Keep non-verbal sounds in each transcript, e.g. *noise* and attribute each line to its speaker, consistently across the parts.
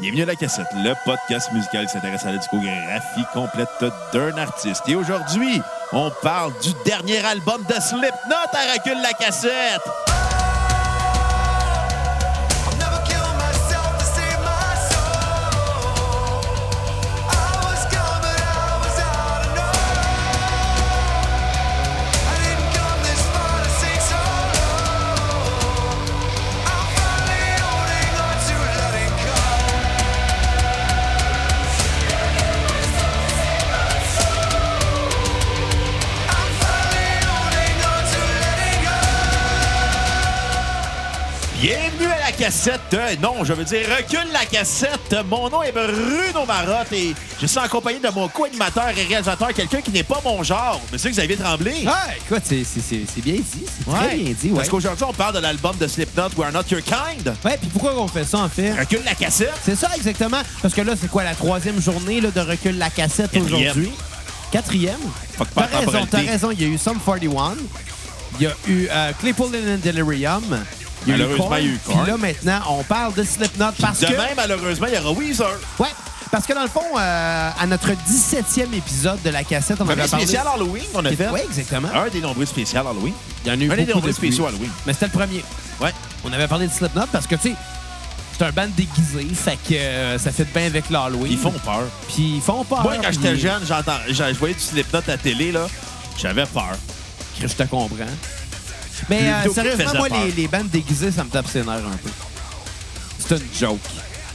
Speaker 1: Bienvenue à la cassette, le podcast musical qui s'intéresse à la discographie complète d'un artiste. Et aujourd'hui, on parle du dernier album de Slipknot à Recule la cassette.
Speaker 2: I'll never kill myself to save my soul. I was gone, but I was out of I didn't come this far to sing solo. I'm finally holding on to letting go. I'm finally holding on to letting go.
Speaker 1: Bienvenue à la cassette. Euh, non, je veux dire Recule la cassette. Mon nom est Bruno Marotte et je suis en compagnie de mon co-animateur et réalisateur, quelqu'un qui n'est pas mon genre, Monsieur Xavier Tremblay.
Speaker 3: Ouais, écoute, c'est- c'est c'est- c'est bien dit. C'est
Speaker 1: Ouais.
Speaker 3: Ah, très bien dit, ouais.
Speaker 1: Parce qu'aujourd'hui, on parle de l'album de Slipknot, We Are Not Your Kind.
Speaker 3: Ouais, puis pourquoi on fait ça, en fait?
Speaker 1: Recule la cassette.
Speaker 3: C'est ça, exactement. Parce que là, c'est quoi, la troisième journée là, de recul de la cassette
Speaker 1: Quatrième.
Speaker 3: aujourd'hui? Quatrième.
Speaker 1: Faut que
Speaker 3: T'as
Speaker 1: par
Speaker 3: raison,
Speaker 1: temporalité.
Speaker 3: t'as raison. Il y a eu Sum 41. Il y a eu euh, Claypool Lane and Delirium. Il y a eu
Speaker 1: Malheureusement, il y a eu
Speaker 3: Korn.
Speaker 1: Korn.
Speaker 3: Puis là, maintenant, on parle de Slipknot parce que...
Speaker 1: Demain, malheureusement, il y aura Weezer.
Speaker 3: Ouais, parce que dans le fond, euh, à notre 17e épisode de la cassette, on
Speaker 1: Premier
Speaker 3: avait parlé...
Speaker 1: spécial Halloween qu'on a fait. Ah,
Speaker 3: Oui, exactement.
Speaker 1: Un des nombreux spéciaux Halloween.
Speaker 3: Il y en a eu
Speaker 1: un des
Speaker 3: beaucoup
Speaker 1: nombreux
Speaker 3: depuis.
Speaker 1: spéciaux Halloween.
Speaker 3: Mais c'était le premier.
Speaker 1: Ouais.
Speaker 3: On avait parlé de Slipknot parce que, tu sais, c'est un band déguisé, fait que euh, ça fait bien avec l'Halloween.
Speaker 1: Ils font peur.
Speaker 3: Puis ils font peur.
Speaker 1: Moi, quand j'étais
Speaker 3: puis-
Speaker 1: jeune, j'entends, j'a- je voyais du Slipknot à la télé, là. J'avais peur.
Speaker 3: Je te comprends. Mais
Speaker 1: Le
Speaker 3: euh,
Speaker 1: vidéo
Speaker 3: sérieusement,
Speaker 1: faisait
Speaker 3: moi,
Speaker 1: peur.
Speaker 3: les, les bandes déguisées, ça me tape ses nerfs un peu. C'est une joke.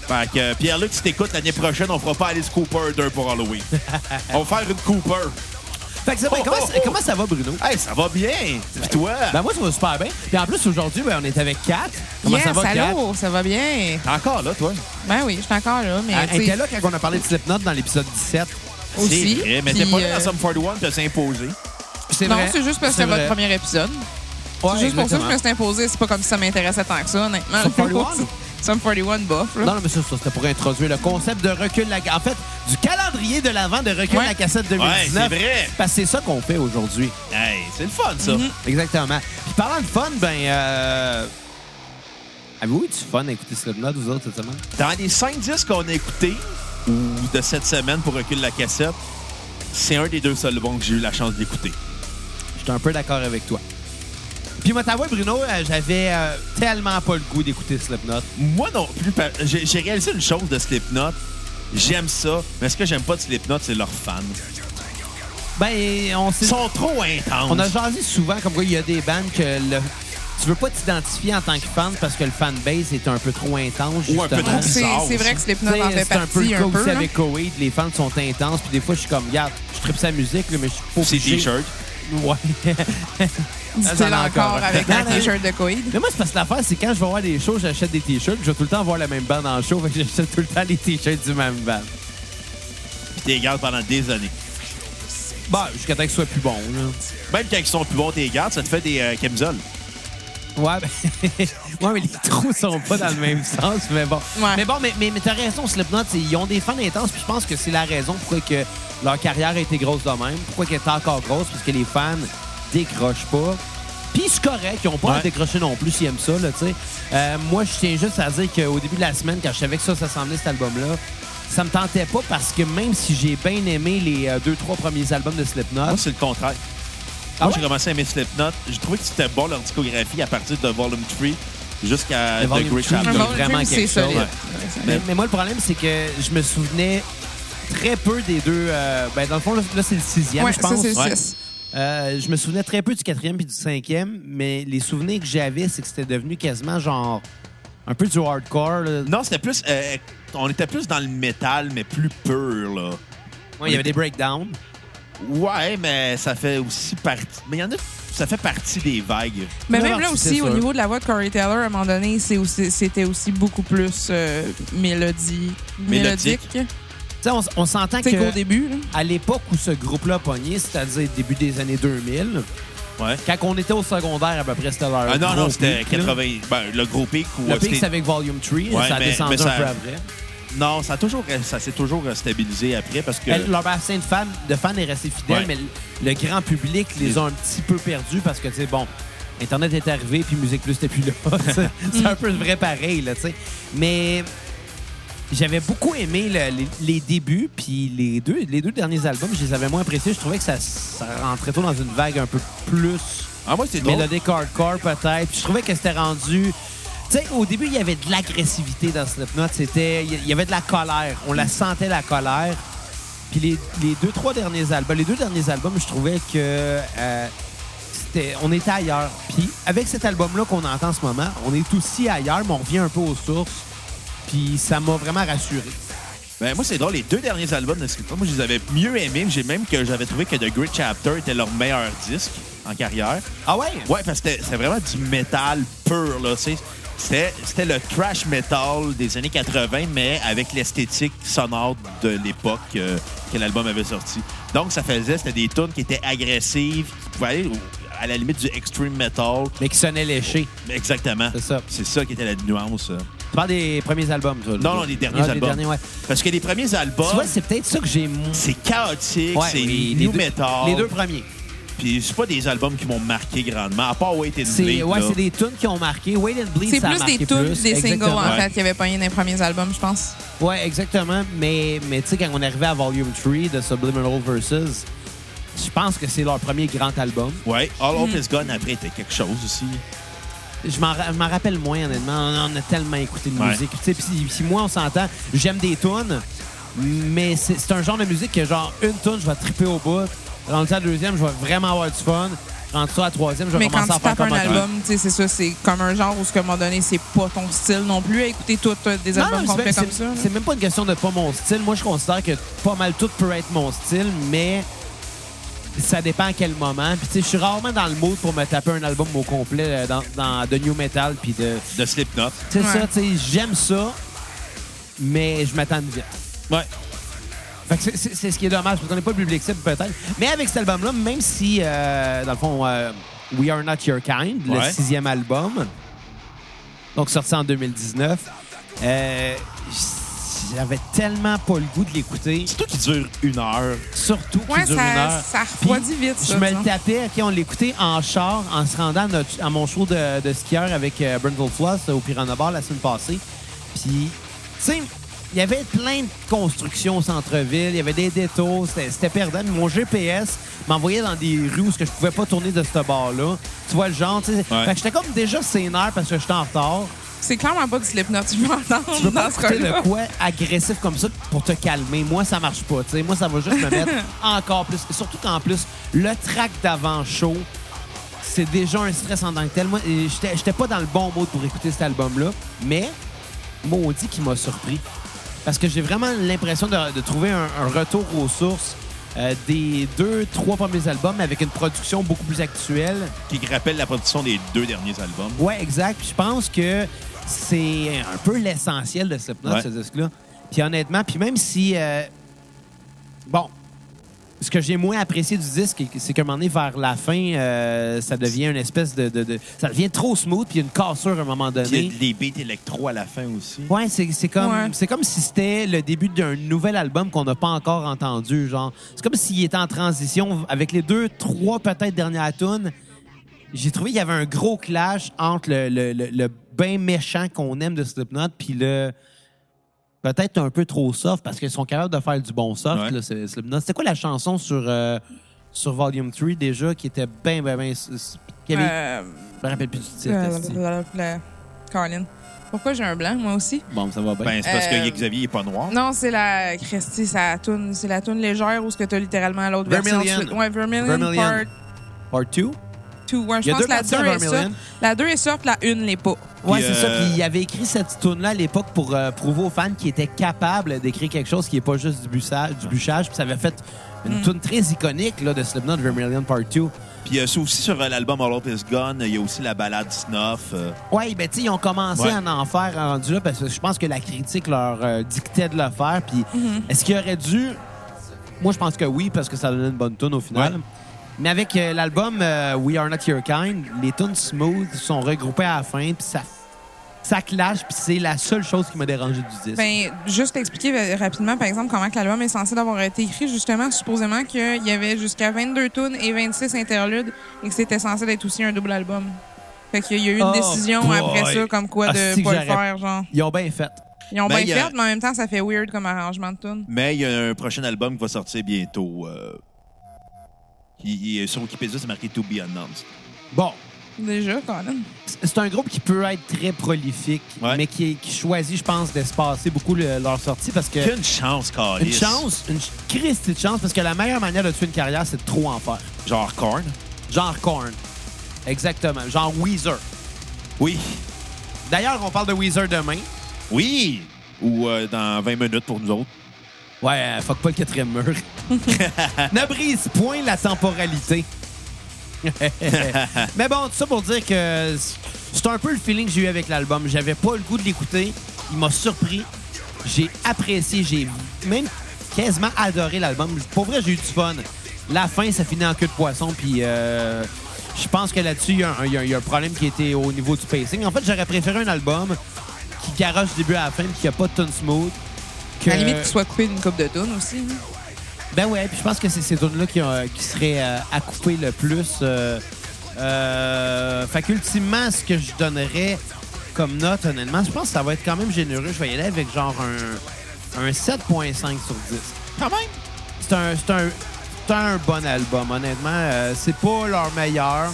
Speaker 1: Fait que euh, Pierre-Luc, si t'écoutes l'année prochaine, on fera pas Alice Cooper 2 pour Halloween.
Speaker 3: *laughs*
Speaker 1: on va faire une Cooper.
Speaker 3: Fait que c'est bien.
Speaker 1: Oh,
Speaker 3: comment,
Speaker 1: oh, oh.
Speaker 3: comment ça va, Bruno?
Speaker 1: Hey, ça va bien. Pis toi?
Speaker 3: Ben moi, ça va super bien. Puis en plus, aujourd'hui, ben, on est avec Kat. Comment
Speaker 4: Yes,
Speaker 3: ça va, Kat?
Speaker 4: allô, Ben, ça va bien.
Speaker 1: T'es encore là, toi?
Speaker 4: Ben oui, je suis encore là, mais
Speaker 3: Elle elle
Speaker 4: tu
Speaker 3: était
Speaker 4: sais,
Speaker 3: là quand on a parlé de Slipknot dans l'épisode 17.
Speaker 4: aussi.
Speaker 1: C'est vrai, mais t'es
Speaker 4: puis,
Speaker 1: pas là
Speaker 4: euh,
Speaker 1: dans Sum 41, t'as s'imposé.
Speaker 3: C'est
Speaker 4: Non,
Speaker 3: vrai.
Speaker 4: c'est juste parce que
Speaker 3: C'est
Speaker 4: c'est votre
Speaker 3: vrai.
Speaker 4: premier épisode.
Speaker 3: Ouais,
Speaker 4: c'est juste pour ça que je
Speaker 3: exactement.
Speaker 4: me suis imposé. C'est pas comme si ça m'intéressait tant que ça, honnêtement.
Speaker 3: Sum 41?
Speaker 4: *laughs* Sum 41 buff, là.
Speaker 3: Non, non, mais ça, ça, c'était pour introduire le concept de recul de la En fait, du calendrier de l'avant de recul de
Speaker 4: Ouais.
Speaker 3: la cassette 2019.
Speaker 1: Ouais, c'est vrai.
Speaker 3: Parce que c'est ça qu'on fait aujourd'hui.
Speaker 1: Hey, c'est le fun, ça.
Speaker 3: Mm-hmm. Exactement. Puis parlant de fun, ben. Euh... Avez-vous eu du fun à écouter Slipknot, vous autres, cette semaine?
Speaker 1: Dans les 5 disques qu'on a écoutés, ou de cette semaine pour reculer la cassette, c'est un des deux seuls bons que j'ai eu la chance d'écouter.
Speaker 3: J'étais un peu d'accord avec toi. Puis, moi, t'avouer, Bruno, euh, j'avais euh, tellement pas le goût d'écouter Slipknot.
Speaker 1: Moi non plus. pa- J'ai j'ai réalisé une chose de Slipknot. J'aime ça, mais ce que j'aime pas de Slipknot, c'est leurs fans.
Speaker 3: Ben, on
Speaker 1: Ils
Speaker 3: s'est.
Speaker 1: sont trop intenses.
Speaker 3: On a jasé souvent comme quoi il y a des bandes que le... tu veux pas t'identifier en tant que fan parce que le fanbase est un peu trop intense.
Speaker 1: Ou un peu
Speaker 3: justement.
Speaker 1: trop
Speaker 4: Donc, c'est
Speaker 1: bizarre
Speaker 4: c'est vrai
Speaker 1: aussi.
Speaker 4: que Slipknot en fait
Speaker 3: C'est un peu le
Speaker 4: partie
Speaker 3: cas
Speaker 4: un peu.
Speaker 3: aussi
Speaker 4: là.
Speaker 3: avec Coheed. Les fans sont intenses. Puis des fois, je suis comme, regarde, je tripe sa musique, là, mais je suis pas
Speaker 1: Ces
Speaker 3: obligé.
Speaker 1: t-shirts.
Speaker 3: *laughs* Ouais.
Speaker 4: Dit-il
Speaker 3: J'en ai
Speaker 4: encore
Speaker 3: encore. hein.
Speaker 4: avec
Speaker 3: Non,
Speaker 4: un
Speaker 3: non, non.
Speaker 4: t-shirt de Coïd.
Speaker 3: mais moi, c'est parce que l'affaire, c'est quand je vais voir des shows, j'achète des t-shirts. puis Je vais tout le temps voir la même bande en show. Fait que j'achète tout le temps les t-shirts du même band.
Speaker 1: Puis t'es gardes pendant des années.
Speaker 3: Bah, jusqu'à temps qu'ils soient plus bons, là.
Speaker 1: Même quand ils sont plus bons, t'es gardes, ça te fait des euh, camisoles.
Speaker 3: Ouais, ben... *laughs* ouais, mais les trous sont pas dans le même sens, mais bon.
Speaker 4: Ouais.
Speaker 3: Mais bon, mais, mais, mais t'as raison, Slipknot, c'est- ils ont des fans intenses, puis je pense que c'est la raison pourquoi que leur carrière a été grosse de même, pourquoi qu'elle est encore grosse, parce que les fans décrochent pas. Puis c'est correct, ils ont pas
Speaker 1: Ouais.
Speaker 3: à décrocher non plus s'ils aiment ça, là, tu sais. Euh, moi, je tiens juste à dire qu'au début de la semaine, quand je savais que ça, ça semblait cet album-là, ça me tentait pas parce que même si j'ai bien aimé les euh, deux, trois premiers albums de Slipknot,
Speaker 1: Moi, c'est le contraire.
Speaker 3: Ah
Speaker 1: Moi,
Speaker 3: ouais?
Speaker 1: j'ai commencé à aimer Slipknot. J'ai trouvé que c'était bon leur discographie à partir de Volume 3 jusqu'à
Speaker 3: Le
Speaker 1: The
Speaker 3: Volume
Speaker 1: Great
Speaker 3: 3,
Speaker 1: Chapter.
Speaker 3: il
Speaker 4: Bon,
Speaker 3: est vraiment
Speaker 4: Dream,
Speaker 3: quelque
Speaker 4: c'est
Speaker 3: chose.
Speaker 4: solide.
Speaker 1: Ouais.
Speaker 3: Mais, mais moi, le problème, c'est que je me souvenais très peu des deux. euh, ben, dans le fond, là, là, c'est le sixième,
Speaker 4: Ouais,
Speaker 3: je
Speaker 4: ça,
Speaker 3: pense.
Speaker 4: c'est
Speaker 1: ouais.
Speaker 4: le 6.
Speaker 3: Euh, je me souvenais très peu du quatrième puis du cinquième, mais les souvenirs que j'avais, c'est que c'était devenu quasiment genre un peu du hardcore. là.
Speaker 1: Non, c'était plus. euh, on était plus dans le métal, mais plus pur, là.
Speaker 3: Ouais, il y avait des breakdowns.
Speaker 1: Ouais, mais ça fait aussi partie. Mais il y en a. Ça fait partie des vagues.
Speaker 4: Mais
Speaker 3: Non,
Speaker 4: même
Speaker 3: non,
Speaker 4: là
Speaker 3: c'est
Speaker 4: aussi, au
Speaker 3: sûr.
Speaker 4: niveau de la voix de Corey Taylor, à un moment donné, c'est aussi- c'était aussi beaucoup plus euh, mélodie,
Speaker 1: Mélodique.
Speaker 4: mélodique.
Speaker 3: Tu sais, on, s- on s'entend
Speaker 4: Tu sais qu'au
Speaker 3: que
Speaker 4: début, là,
Speaker 3: à l'époque où ce groupe-là pognait, c'est-à-dire début des années 2000,
Speaker 1: Ouais.
Speaker 3: quand on était au secondaire à peu près, c'était leur.
Speaker 1: Ah non,
Speaker 3: gros
Speaker 1: non, c'était
Speaker 3: pic, là.
Speaker 1: 80. Ben, le gros pic ou. euh,
Speaker 3: Le pic,
Speaker 1: c'était-
Speaker 3: c'est avec Volume 3,
Speaker 1: Ouais,
Speaker 3: ça a
Speaker 1: mais-
Speaker 3: descendu
Speaker 1: mais ça-
Speaker 3: un peu après.
Speaker 1: Non, ça, a toujours, ça s'est toujours euh, stabilisé après parce que.
Speaker 3: Ben, leur bassin de fans, de fans est resté fidèle,
Speaker 1: Ouais.
Speaker 3: mais le, le grand public les a un petit peu perdus parce que, tu sais, bon, Internet
Speaker 1: *laughs*
Speaker 3: est *laughs* arrivé puis Musique Plus n'était plus là. c'est un peu vrai pareil, là, tu sais. Mais J'avais beaucoup aimé le- les, les débuts, puis les deux, les deux derniers albums, je les avais moins appréciés. Je trouvais que ça, ça rentrait trop dans une vague un peu plus
Speaker 1: Ah, moi, c'est drôle.
Speaker 3: mélodique hardcore, peut-être. Puis Je trouvais que c'était rendu... Tu sais, au début, il y avait de l'agressivité dans Slipknot. C'était... Il y avait de la colère. On la sentait, la colère. Puis les, les deux, trois derniers albums, les deux derniers albums, je trouvais que euh, c'était, on était ailleurs. Puis avec cet album-là qu'on entend en ce moment, on est aussi ailleurs, mais on revient un peu aux sources. Puis ça m'a vraiment rassuré.
Speaker 1: Ben, moi, c'est drôle. Les deux derniers albums de Slipknot, moi, je les avais mieux aimés. J'ai même que j'avais trouvé que The Great Chapter était leur meilleur disque en carrière.
Speaker 3: Ah ouais?
Speaker 1: Ouais, parce que c'était- c'était vraiment du métal pur, là, tu sais. C'était c'était le trash metal des années 80, mais avec l'esthétique sonore de l'époque euh, que l'album avait sorti. Donc, ça faisait, c'était des tunes qui étaient agressives, qui pouvaient aller au- à la limite du extreme metal.
Speaker 3: Mais qui sonnait léché.
Speaker 1: Exactement.
Speaker 3: C'est ça.
Speaker 1: C'est ça qui était la nuance. euh.
Speaker 3: Tu parles des premiers albums, ça, là?
Speaker 1: Non, non, les derniers
Speaker 3: Ah,
Speaker 1: albums.
Speaker 3: derniers, ouais.
Speaker 1: Parce que les premiers
Speaker 3: Tu
Speaker 1: albums,
Speaker 3: vois, c'est peut-être ça que j'ai... moins-
Speaker 1: c'est chaotique,
Speaker 3: Ouais,
Speaker 1: c'est
Speaker 3: les- les
Speaker 1: new
Speaker 3: deux-
Speaker 1: metal.
Speaker 3: Les deux premiers.
Speaker 1: Puis c'est pas des albums qui m'ont marqué grandement, à part Wait and
Speaker 3: C'est
Speaker 1: Bleed.
Speaker 3: ouais,
Speaker 1: là.
Speaker 3: c'est des tunes qui ont marqué. Wait and Bleed,
Speaker 4: C'est
Speaker 3: ça a
Speaker 4: plus
Speaker 3: marqué
Speaker 4: des tunes, des singles,
Speaker 3: Exactement.
Speaker 4: en
Speaker 1: Ouais.
Speaker 4: fait, qui avaient pogné dans les premiers albums, je pense.
Speaker 3: Ouais, exactement. Mais, mais tu sais, quand on est arrivé à Volume 3 de Subliminal Versus, je pense que c'est leur premier grand album.
Speaker 1: Ouais, All
Speaker 4: Hmm.
Speaker 1: Hope Is Gone après était quelque chose aussi.
Speaker 3: Je m'en ra- je m'en rappelle moins, honnêtement. On on a tellement écouté de
Speaker 1: Ouais.
Speaker 3: musique. Tu sais, Puis puis moi, on s'entend, j'aime des tunes, mais c'est c'est un genre de musique que, genre, une tune, je vais triper au bout. Rendu ça à la deuxième, je vais vraiment avoir du fun. Rendu ça à la troisième, je vais
Speaker 4: Mais quand
Speaker 3: commencer à
Speaker 4: tu
Speaker 3: faire
Speaker 4: tapes un
Speaker 3: comme un
Speaker 4: album, tu sais, c'est ça, c'est comme un genre où, ce qu'à un moment donné, c'est pas ton style non plus à écouter tous euh, des
Speaker 3: Non,
Speaker 4: albums
Speaker 3: non,
Speaker 4: complets
Speaker 3: c'est-
Speaker 4: comme ça. là.
Speaker 3: c'est- C'est même pas une question de pas mon style. Moi, je considère que pas mal tout peut être mon style, mais ça dépend à quel moment. Puis, tu sais, je suis rarement dans le mood pour me taper un album au complet euh, dans, dans de new metal. Puis, de.
Speaker 1: De Slipknot.
Speaker 3: Tu sais,
Speaker 4: Ouais.
Speaker 3: ça, tu sais, j'aime ça, mais je m'attends bien.
Speaker 1: Ouais.
Speaker 3: Fait que c'est- c'est c'est ce qui est dommage, parce qu'on n'est pas le public cible, peut-être. Mais avec cet album-là, même si, euh, dans le fond, euh, We Are Not Your Kind, le
Speaker 1: Ouais.
Speaker 3: sixième album, donc sorti en 2019, euh, j'avais tellement pas le goût de l'écouter.
Speaker 1: Surtout qui dure une heure.
Speaker 3: Surtout qu'il
Speaker 4: Ouais,
Speaker 3: dure une
Speaker 4: ça,
Speaker 3: heure.
Speaker 4: ça refroidit vite,
Speaker 3: Je
Speaker 4: ça.
Speaker 3: me
Speaker 4: disons.
Speaker 3: le tapais, OK, on l'écoutait en char en se rendant à, notre- à mon show de, de skieur avec euh, Brindle Floss euh, au Piranha Bar la semaine passée. Puis, tu sais, il y avait plein de constructions au centre-ville, il y avait des détours, c'était c'était perdant. Mais mon GPS m'envoyait dans des rues où ce que je pouvais pas tourner de ce bar-là. Tu vois le genre, tu sais. Fait que j'étais comme déjà sénère parce que j'étais en retard.
Speaker 4: C'est clairement pas du Slipknot, tu veux entendre
Speaker 3: Tu veux pas
Speaker 4: dans ce
Speaker 3: écouter
Speaker 4: cas-là.
Speaker 3: de quoi agressif comme ça pour te calmer. Moi, ça marche pas. tu sais. Moi, ça va juste me
Speaker 4: *laughs*
Speaker 3: mettre encore plus. Et surtout qu'en plus, le track d'avant-show, c'est déjà un stress en tant que tel. Moi, euh, j'étais j'étais pas dans le bon mode pour écouter cet album-là, mais maudit qui m'a surpris. Parce que j'ai vraiment l'impression de, de trouver un, un retour aux sources euh, des deux, trois premiers albums avec une production beaucoup plus actuelle.
Speaker 1: Qui rappelle la production des deux derniers albums.
Speaker 3: Ouais, exact. Puis je pense que c'est un peu l'essentiel de Slipknot,
Speaker 1: Ouais.
Speaker 3: ce disque-là. Puis honnêtement, puis même si... euh, bon, ce que j'ai moins apprécié du disque, c'est qu'à un moment donné, vers la fin, euh, ça devient une espèce de, de- de- Ça devient trop smooth, puis il y a une cassure à un moment
Speaker 1: Puis il
Speaker 3: donné.
Speaker 1: y a des beats électro à la fin aussi.
Speaker 3: Ouais, c'est c'est comme,
Speaker 4: Ouais.
Speaker 3: c'est comme si c'était le début d'un nouvel album qu'on n'a pas encore entendu. Genre, c'est comme s'il était en transition avec les deux, trois peut-être dernières tunes. J'ai trouvé qu'il y avait un gros clash entre le, le, le, le bien méchant qu'on aime de Slipknot puis le peut-être un peu trop soft parce qu'ils sont capables de faire du bon soft.
Speaker 1: Ouais.
Speaker 3: là, c'est- Slipknot. C'était quoi la chanson sur euh, sur Volume 3 déjà qui était bien ben ben qui avait-
Speaker 4: Euh,
Speaker 3: je me rappelle plus du titre.
Speaker 4: euh,
Speaker 3: esti.
Speaker 4: la- la- Colin. Pourquoi j'ai un blanc, moi aussi?
Speaker 3: Bon, ça va bien.
Speaker 1: Ben, c'est parce
Speaker 4: Euh,
Speaker 1: que Xavier est pas noir.
Speaker 4: Non, c'est la Christy, c'est la toune, c'est la toune légère où ce que t'as littéralement l'autre version.
Speaker 3: Vermilion.
Speaker 4: Tu- Ouais, Vermilion,
Speaker 3: Vermilion.
Speaker 4: Part
Speaker 3: Part 2.
Speaker 4: 2. Ouais,
Speaker 3: Il y
Speaker 4: je
Speaker 3: a
Speaker 4: pense
Speaker 3: deux
Speaker 4: que la
Speaker 3: parties à
Speaker 4: 2 est
Speaker 3: Vermilion.
Speaker 4: sorte. La 2 est sorte, la 1 l'est pas.
Speaker 3: Ouais,
Speaker 1: Puis,
Speaker 3: c'est ça.
Speaker 1: euh,
Speaker 3: Puis il avait écrit cette tune-là à l'époque pour euh, prouver aux fans qu'il était capable d'écrire quelque chose qui n'est pas juste du bûchage. Du bûchage. Puis ça avait fait une
Speaker 1: Mm.
Speaker 3: tune très iconique là, de Slipknot Vermilion Part 2.
Speaker 1: Puis euh, ça aussi sur euh, l'album All Hope Is Gone, il y a aussi la balade Snuff. euh,
Speaker 3: Ouais, ben tu sais, ils ont commencé
Speaker 1: Ouais.
Speaker 3: à en faire rendu là parce que je pense que la critique leur euh, dictait de le faire. Puis
Speaker 1: Mm-hmm.
Speaker 3: est-ce qu'ils auraient dû. Moi, je pense que oui, parce que ça donnait une bonne tune au final.
Speaker 1: Ouais.
Speaker 3: Mais avec euh, l'album euh, We Are Not Your Kind, les tunes smooth sont regroupées à la fin, puis ça, ça clash, puis c'est la seule chose qui m'a dérangé du disque.
Speaker 4: Ben, juste expliquer euh, rapidement, par exemple, comment que l'album est censé d'avoir été écrit. Justement, supposément qu'il y avait jusqu'à 22 tunes et 26 interludes et que c'était censé d'être aussi un double album. Fait qu'il y a eu une
Speaker 3: Oh
Speaker 4: décision
Speaker 1: boy.
Speaker 4: après ça, comme quoi
Speaker 3: Ah,
Speaker 4: de
Speaker 3: c'est que
Speaker 4: pas le
Speaker 3: j'aurais-
Speaker 4: faire, genre.
Speaker 3: Ils ont bien fait.
Speaker 4: Ils ont
Speaker 1: Ben, il y
Speaker 4: bien
Speaker 1: a-
Speaker 4: fait, mais en même temps, ça fait weird comme arrangement de tune.
Speaker 1: Mais il y a un prochain album qui va sortir bientôt. euh, qui- il- sur Wikipédia, c'est marqué To Be Announced.
Speaker 3: Bon,
Speaker 4: Déjà, Colin.
Speaker 3: c'est un groupe qui peut être très prolifique,
Speaker 1: Ouais.
Speaker 3: mais qui, qui choisit, je pense, d'espacer beaucoup le- leur sortie parce que.
Speaker 1: Qu'une chance, Carlis.
Speaker 3: Euh, Une chance, une ch- Christie de chance, parce que la meilleure manière de tuer une carrière, c'est de trop en faire.
Speaker 1: Genre Korn.
Speaker 3: Genre Korn. Exactement. Genre Weezer.
Speaker 1: Oui.
Speaker 3: D'ailleurs, on parle de Weezer demain.
Speaker 1: Oui. Ou euh, dans 20 minutes pour nous autres.
Speaker 3: Ouais, euh, fuck pas le quatrième mur. ne brise point la temporalité. Mais bon, tout ça pour dire que c- c'est un peu le feeling que j'ai eu avec l'album. J'avais pas le goût de l'écouter. Il m'a surpris. J'ai apprécié. J'ai même quasiment adoré l'album. Pour vrai, j'ai eu du fun. La fin, ça finit en queue de poisson. Puis euh, je pense que là-dessus, il y, a un- il y a- il y a un problème qui était au niveau du pacing. En fait, j'aurais préféré un album qui garoche du début à la fin, puis qui a pas de tune smooth. que-
Speaker 4: À la limite, qu'ils soient coupés d'une coupe de tunes aussi. hein.
Speaker 3: ben ouais, puis je pense que c'est ces tunes-là qui, ont- qui seraient euh, à couper le plus. Euh, euh, fait qu'ultimement, ce que je donnerais comme note, honnêtement, je pense que ça va être quand même généreux. Je vais y aller avec genre un, un 7.5 sur 10.
Speaker 1: Quand même.
Speaker 3: C'est un, c'est un, c'est un bon album, honnêtement. Euh, c'est pas leur meilleur.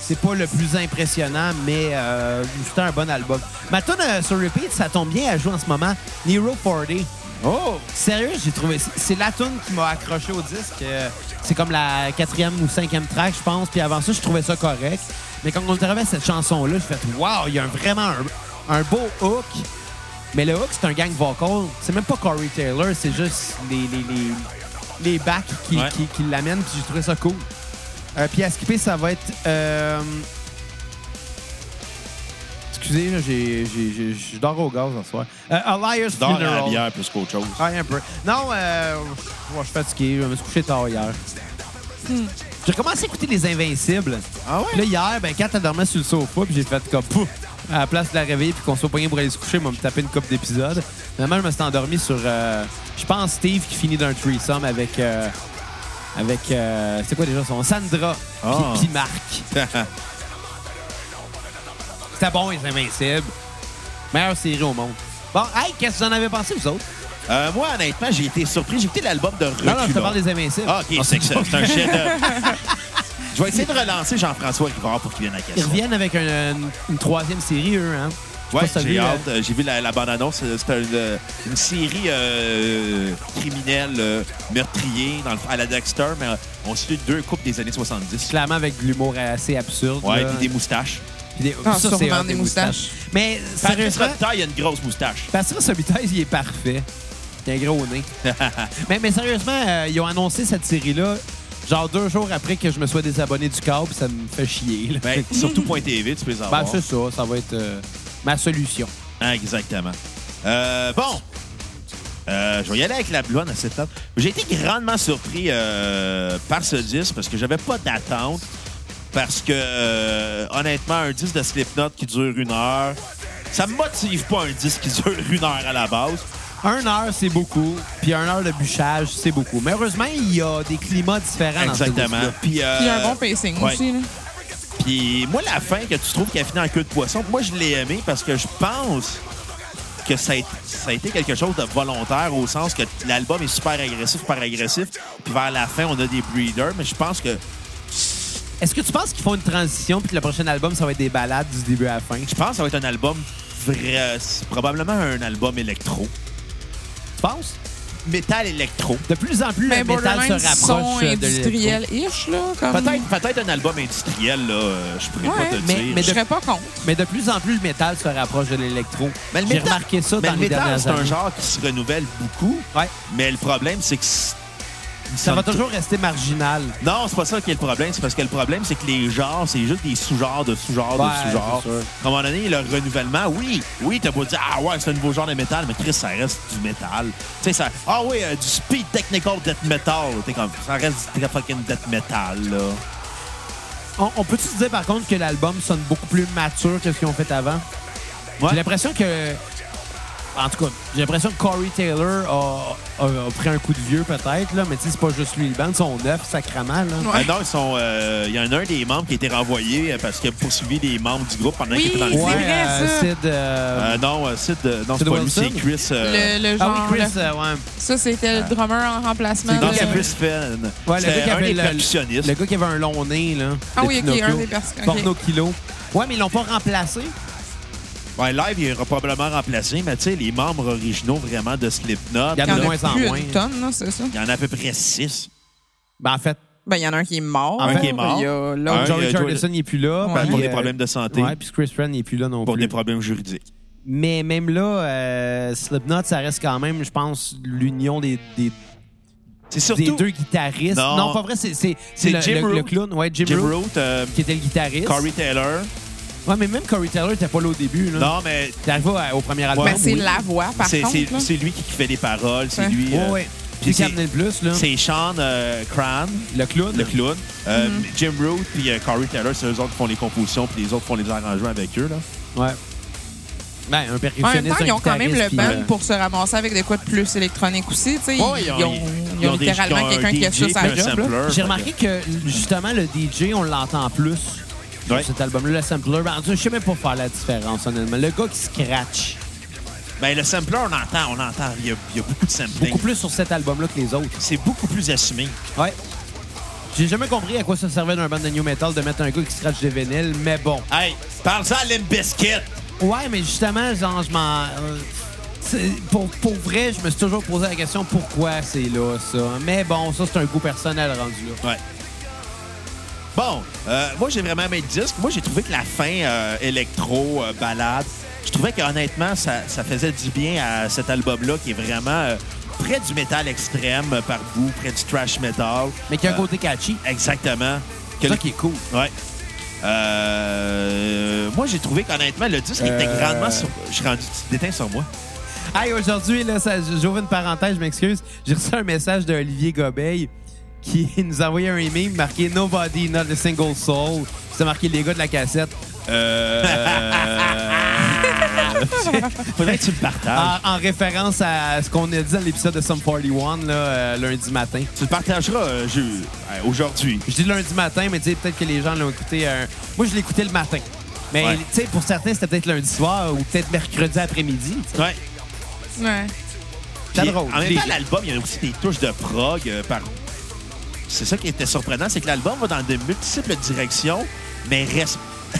Speaker 3: C'est pas le plus impressionnant, mais euh, c'est un bon album. Ma tune euh, sur repeat, ça tombe bien à jouer en ce moment. Nero 40.
Speaker 1: Oh.
Speaker 3: Sérieux, j'ai trouvé. c'est- C'est la tune qui m'a accroché au disque. Euh, C'est comme la quatrième ou cinquième track, je pense. Puis avant ça, je trouvais ça correct. Mais quand on est arrivé à cette chanson-là, j'ai fait Waouh, il y a un- vraiment un, un beau hook. Mais le hook, c'est un gang vocal. C'est même pas Corey Taylor, c'est juste les, les, les, les backs qui,
Speaker 1: Ouais.
Speaker 3: qui, qui l'amènent. Puis j'ai trouvé ça cool. Euh, puis à skipper, ça va être. euh, Excusez, là, j'ai- j'ai- j'ai- je dors au gaz en soir. Euh, A Liar's
Speaker 1: Je dors à la
Speaker 3: Funeral.
Speaker 1: bière plus qu'autre chose.
Speaker 3: Ouais, un peu. Non, euh, ouais, je suis fatigué. Je me suis couché tard hier. J'ai commencé à écouter Les Invincibles.
Speaker 1: Ah *laughs*
Speaker 3: Puis là, hier, ben, quand elle dormait sur le sofa, puis j'ai fait comme pouf, à la place de la réveiller, puis qu'on soit pogné pour aller se coucher, moi, me taper une coupe d'épisodes. Finalement, je me suis endormi sur, euh, je pense, Steve qui finit d'un threesome avec. euh, avec. euh, c'est quoi déjà son Sandra, puis-
Speaker 1: Ah.
Speaker 3: puis Marc. C'était bon, Les Invincibles. Meilleure série au monde. Bon, hey, qu'est-ce que vous en avez pensé, vous autres?
Speaker 1: Euh, moi, honnêtement, j'ai été surpris. J'ai écouté l'album de Reculons.
Speaker 3: Non, non, je te parle des Invincibles.
Speaker 1: Ah, OK, c'est excellent. C'est un chef *laughs* Je vais essayer de relancer Jean-François Rivard pour qu'il vienne à la
Speaker 3: Ils
Speaker 1: question.
Speaker 3: reviennent avec un- une, une troisième série, eux, hein? Je sais
Speaker 1: Ouais,
Speaker 3: pas si t'as
Speaker 1: j'ai
Speaker 3: vu,
Speaker 1: hâte.
Speaker 3: euh,
Speaker 1: Euh, J'ai vu la, la bande-annonce. Euh, C'était une, euh, une série euh, criminelle euh, meurtrier dans le- à la Dexter, mais euh, on suit deux couples des années 70.
Speaker 3: Clairement avec de l'humour assez absurde.
Speaker 1: Ouais,
Speaker 3: là.
Speaker 1: puis des moustaches.
Speaker 3: Puis des-
Speaker 4: Ah,
Speaker 3: ça,
Speaker 4: sûrement
Speaker 3: c'est hot,
Speaker 4: des moustaches.
Speaker 3: Mais
Speaker 1: Patrice
Speaker 3: sérieusement,
Speaker 1: Robitaille a une grosse moustache.
Speaker 3: Patrice Robitaille, il est parfait. Il a un gros nez. mais, mais sérieusement, euh, ils ont annoncé cette série-là, genre deux jours après que je me sois désabonné du câble, puis ça me fait chier. là.
Speaker 1: Ben, surtout Point TV, tu peux les avoir.
Speaker 3: *laughs* Ben, c'est ça, ça va être euh, ma solution.
Speaker 1: Exactement. Euh, bon. Euh, je vais y aller avec la blonde à cette table. J'ai été grandement surpris euh, par ce disque parce que j'avais pas d'attente. Parce que, euh, honnêtement, un disque de Slipknot qui dure une heure, ça me motive pas un disque qui dure une heure à la base.
Speaker 3: Un heure, c'est beaucoup. Puis un heure de bûchage, c'est beaucoup. Mais heureusement, il y a des climats différents dans ce
Speaker 1: Exactement.
Speaker 3: groupe-là.
Speaker 1: Puis, euh,
Speaker 4: Puis un bon pacing
Speaker 1: ouais.
Speaker 4: aussi. là.
Speaker 1: Puis moi, la fin que tu trouves qu'elle finit en queue de poisson, moi, je l'ai aimé parce que je pense que ça a, été, ça a été quelque chose de volontaire au sens que l'album est super agressif, super agressif. Puis vers la fin, on a des breeders, mais je pense que
Speaker 3: Est-ce que tu penses qu'ils font une transition puis que le prochain album, ça va être des balades du début à la fin?
Speaker 1: je pense que ça va être un album vrai, c'est probablement un album électro.
Speaker 3: Tu penses?
Speaker 1: Métal électro.
Speaker 3: De plus en plus,
Speaker 4: Mais
Speaker 3: le métal se
Speaker 4: borderline
Speaker 3: rapproche
Speaker 4: son
Speaker 3: euh, de
Speaker 4: industriel-ish. là, comme-
Speaker 1: Peut-être peut-être un album industriel, là, euh, je pourrais
Speaker 4: Ouais,
Speaker 1: pas te
Speaker 3: mais-
Speaker 1: dire.
Speaker 3: mais
Speaker 4: Je
Speaker 3: de-
Speaker 4: serais pas contre.
Speaker 3: Mais de plus en plus, le métal se rapproche de l'électro.
Speaker 1: Mais le
Speaker 3: J'ai
Speaker 1: métal-
Speaker 3: remarqué ça
Speaker 1: mais
Speaker 3: dans
Speaker 1: le
Speaker 3: les
Speaker 1: métal,
Speaker 3: dernières
Speaker 1: c'est un
Speaker 3: années.
Speaker 1: genre qui se renouvelle beaucoup,
Speaker 3: Ouais.
Speaker 1: mais le problème, c'est que... c'est-
Speaker 3: Ça va toujours rester marginal.
Speaker 1: Non, c'est pas ça qui est le problème. C'est parce que le problème, c'est que les genres, c'est juste des sous-genres de sous-genres
Speaker 3: Ouais,
Speaker 1: de sous-genres.
Speaker 3: c'est sûr.
Speaker 1: À un moment donné, le renouvellement, oui, oui, t'as pas dit « Ah ouais, c'est un nouveau genre de métal », mais Chris, ça reste du métal. Tu sais, ça... Ah oui, euh, du speed technical death metal. T'es comme... Ça reste du fucking death metal, là.
Speaker 3: On, on peut-tu se dire, par contre, que l'album sonne beaucoup plus mature que ce qu'ils ont fait avant?
Speaker 1: Ouais.
Speaker 3: J'ai l'impression que En tout cas, j'ai l'impression que Corey Taylor a, a- a pris un coup de vieux, peut-être, là, mais tu sais, c'est pas juste lui. Le band sont neuf, sacrament. Là.
Speaker 4: Ouais.
Speaker 1: Ah non, ils sont. euh, Il y en a un des membres qui a été renvoyé euh, parce qu'il a poursuivi des membres du groupe pendant
Speaker 4: Oui,
Speaker 1: qu'il était dans le
Speaker 4: c'est
Speaker 1: groupe.
Speaker 4: vrai, ça.
Speaker 3: Sid. euh,
Speaker 1: Euh, non, euh, Sid, euh, non, c'est
Speaker 3: Sid
Speaker 1: pas lui,
Speaker 3: Wilson?
Speaker 1: c'est Chris. euh,
Speaker 4: Le, le genre,
Speaker 3: ah oui, Chris,
Speaker 4: le-
Speaker 3: euh, ouais.
Speaker 4: ça, c'était le drummer en remplacement.
Speaker 1: donc,
Speaker 4: de-
Speaker 1: c'est Chris Fenn.
Speaker 3: Ouais, le gars
Speaker 1: c'est
Speaker 3: qui
Speaker 1: un
Speaker 3: avait
Speaker 1: des
Speaker 3: le-
Speaker 1: percussionnistes.
Speaker 3: Le gars qui avait un long nez, là.
Speaker 4: Ah
Speaker 3: de
Speaker 4: oui, ok,
Speaker 3: Pinocchio.
Speaker 4: un des perso- ok.
Speaker 3: Porno Kilo. Ouais, mais ils l'ont pas remplacé.
Speaker 1: Ouais, live, il est probablement remplacé, mais tu sais, les membres originaux vraiment de Slipknot,
Speaker 3: Il y en a
Speaker 4: Il y en
Speaker 3: moins.
Speaker 1: là,
Speaker 4: a
Speaker 3: en
Speaker 4: plus
Speaker 3: moins.
Speaker 4: une tonne, là, c'est ça.
Speaker 1: il y en a à peu près six.
Speaker 3: Ben, en fait,
Speaker 4: Ben, il y en a un qui est mort.
Speaker 3: Un
Speaker 1: qui est mort.
Speaker 4: Il y a l'autre.
Speaker 1: Un, il y
Speaker 3: Joey
Speaker 1: a
Speaker 3: Jordison n'est plus là.
Speaker 4: Ouais.
Speaker 1: euh,
Speaker 3: puis,
Speaker 1: Ben, pour des
Speaker 3: euh,
Speaker 1: problèmes de santé,
Speaker 3: Ouais, puis Chris Friend n'est plus là non
Speaker 1: pour
Speaker 3: plus.
Speaker 1: des problèmes juridiques.
Speaker 3: Mais même là, euh, Slipknot, ça reste quand même, je pense, l'union des, des,
Speaker 1: C'est
Speaker 3: des
Speaker 1: surtout
Speaker 3: deux guitaristes.
Speaker 1: Non.
Speaker 3: Non, pas vrai, c'est c'est-
Speaker 1: C'est
Speaker 3: c'est le,
Speaker 1: Jim
Speaker 3: le- le
Speaker 1: Root.
Speaker 3: clown, ouais, Jim,
Speaker 1: Jim
Speaker 3: Root,
Speaker 1: Root, euh,
Speaker 3: qui était le guitariste.
Speaker 1: Corey Taylor.
Speaker 3: Ouais, mais même Corey Taylor était pas là au début. Là.
Speaker 1: Non, mais
Speaker 3: Il arrive euh, au- au premier album.
Speaker 4: Ben, c'est
Speaker 3: oui.
Speaker 4: la voix, par
Speaker 1: c'est
Speaker 4: contre.
Speaker 1: c'est-
Speaker 4: là.
Speaker 1: c'est lui qui qui fait les paroles, c'est
Speaker 4: Ouais.
Speaker 1: lui.
Speaker 3: Ouais,
Speaker 1: euh,
Speaker 3: ouais.
Speaker 1: puis
Speaker 3: Puis qui a
Speaker 1: c'est-
Speaker 3: amené le plus, là.
Speaker 1: C'est Sean euh, Cran,
Speaker 3: Le clown.
Speaker 1: le clown. euh,
Speaker 4: Mm-hmm.
Speaker 1: Jim Root puis euh, Corey Taylor, c'est eux autres qui font les compositions, puis les autres font les arrangements avec eux. Là.
Speaker 3: Ouais. Ben, un
Speaker 4: En même
Speaker 3: percussionniste.
Speaker 4: temps,
Speaker 3: un
Speaker 4: ils ont quand même
Speaker 3: guitariste,
Speaker 4: le
Speaker 3: puis,
Speaker 4: band
Speaker 3: euh,
Speaker 4: pour se ramasser avec des quoi de plus électronique aussi. tu sais.
Speaker 1: Ouais,
Speaker 4: ils, ont, ils ont
Speaker 1: des-
Speaker 4: littéralement
Speaker 1: ils ont un
Speaker 4: quelqu'un qui a
Speaker 1: DJ,
Speaker 4: ça sa
Speaker 1: puis un
Speaker 4: job. là.
Speaker 1: sampler,
Speaker 3: J'ai
Speaker 1: fait
Speaker 3: remarqué que, justement, le DJ, on l'entend plus
Speaker 1: Ouais.
Speaker 3: sur cet album-là. Le sampler, ben, je sais même pas faire la différence, honnêtement. Le gars qui scratch,
Speaker 1: que- Ben, le sampler, on entend, on entend. Il y a, il y a beaucoup de sampling.
Speaker 3: beaucoup plus sur cet album-là que les autres.
Speaker 1: C'est beaucoup plus assumé.
Speaker 3: Ouais. J'ai jamais compris à quoi ça servait d'un band de new metal de mettre un gars qui scratch des vinyles, mais bon.
Speaker 1: Hey, parle-en à Limbiskit.
Speaker 3: Ouais, mais justement, genre, je m'en. euh, c'est- Pour, pour vrai, je me suis toujours posé la question pourquoi c'est là, ça. Mais bon, ça, c'est un goût personnel rendu là.
Speaker 1: Ouais. Bon, euh, moi, j'ai vraiment aimé le disque. Moi, j'ai trouvé que la fin euh, électro, euh, balade, je trouvais qu'honnêtement, ça, ça faisait du bien à cet album-là qui est vraiment euh, près du métal extrême euh, par bout, près du trash metal.
Speaker 3: Mais qui a un
Speaker 1: Euh,
Speaker 3: côté catchy.
Speaker 1: Exactement. Que
Speaker 3: C'est ça
Speaker 1: le-
Speaker 3: qui est cool.
Speaker 1: Ouais. Euh, moi, j'ai trouvé qu'honnêtement, le disque était
Speaker 3: Euh.
Speaker 1: grandement sur... Je suis rendu déteint sur moi.
Speaker 3: Hey, aujourd'hui, là, ça- j'ouvre une parenthèse, je m'excuse. J'ai reçu un message d'Olivier Gobeil qui *laughs* nous a envoyé un email marqué Nobody, not a single soul. C'était marqué les gars de la cassette.
Speaker 1: Faudrait que tu le partages.
Speaker 3: En, en référence à ce qu'on a dit à l'épisode de Sum 41 là, euh, lundi matin.
Speaker 1: Tu le partageras euh, je- euh, aujourd'hui.
Speaker 3: Je dis lundi matin, mais tu sais, peut-être que les gens l'ont écouté. euh, Moi, je l'écoutais le matin. Mais
Speaker 1: Ouais.
Speaker 3: tu sais, pour certains, c'était peut-être lundi soir ou peut-être mercredi après-midi.
Speaker 1: Ouais.
Speaker 4: Ouais.
Speaker 3: C'est
Speaker 1: Puis,
Speaker 3: drôle.
Speaker 1: En même
Speaker 3: Les-
Speaker 1: temps, l'album, il y a aussi des touches de prog euh, par. C'est ça qui était surprenant, c'est que l'album va dans de multiples directions, mais reste. *laughs*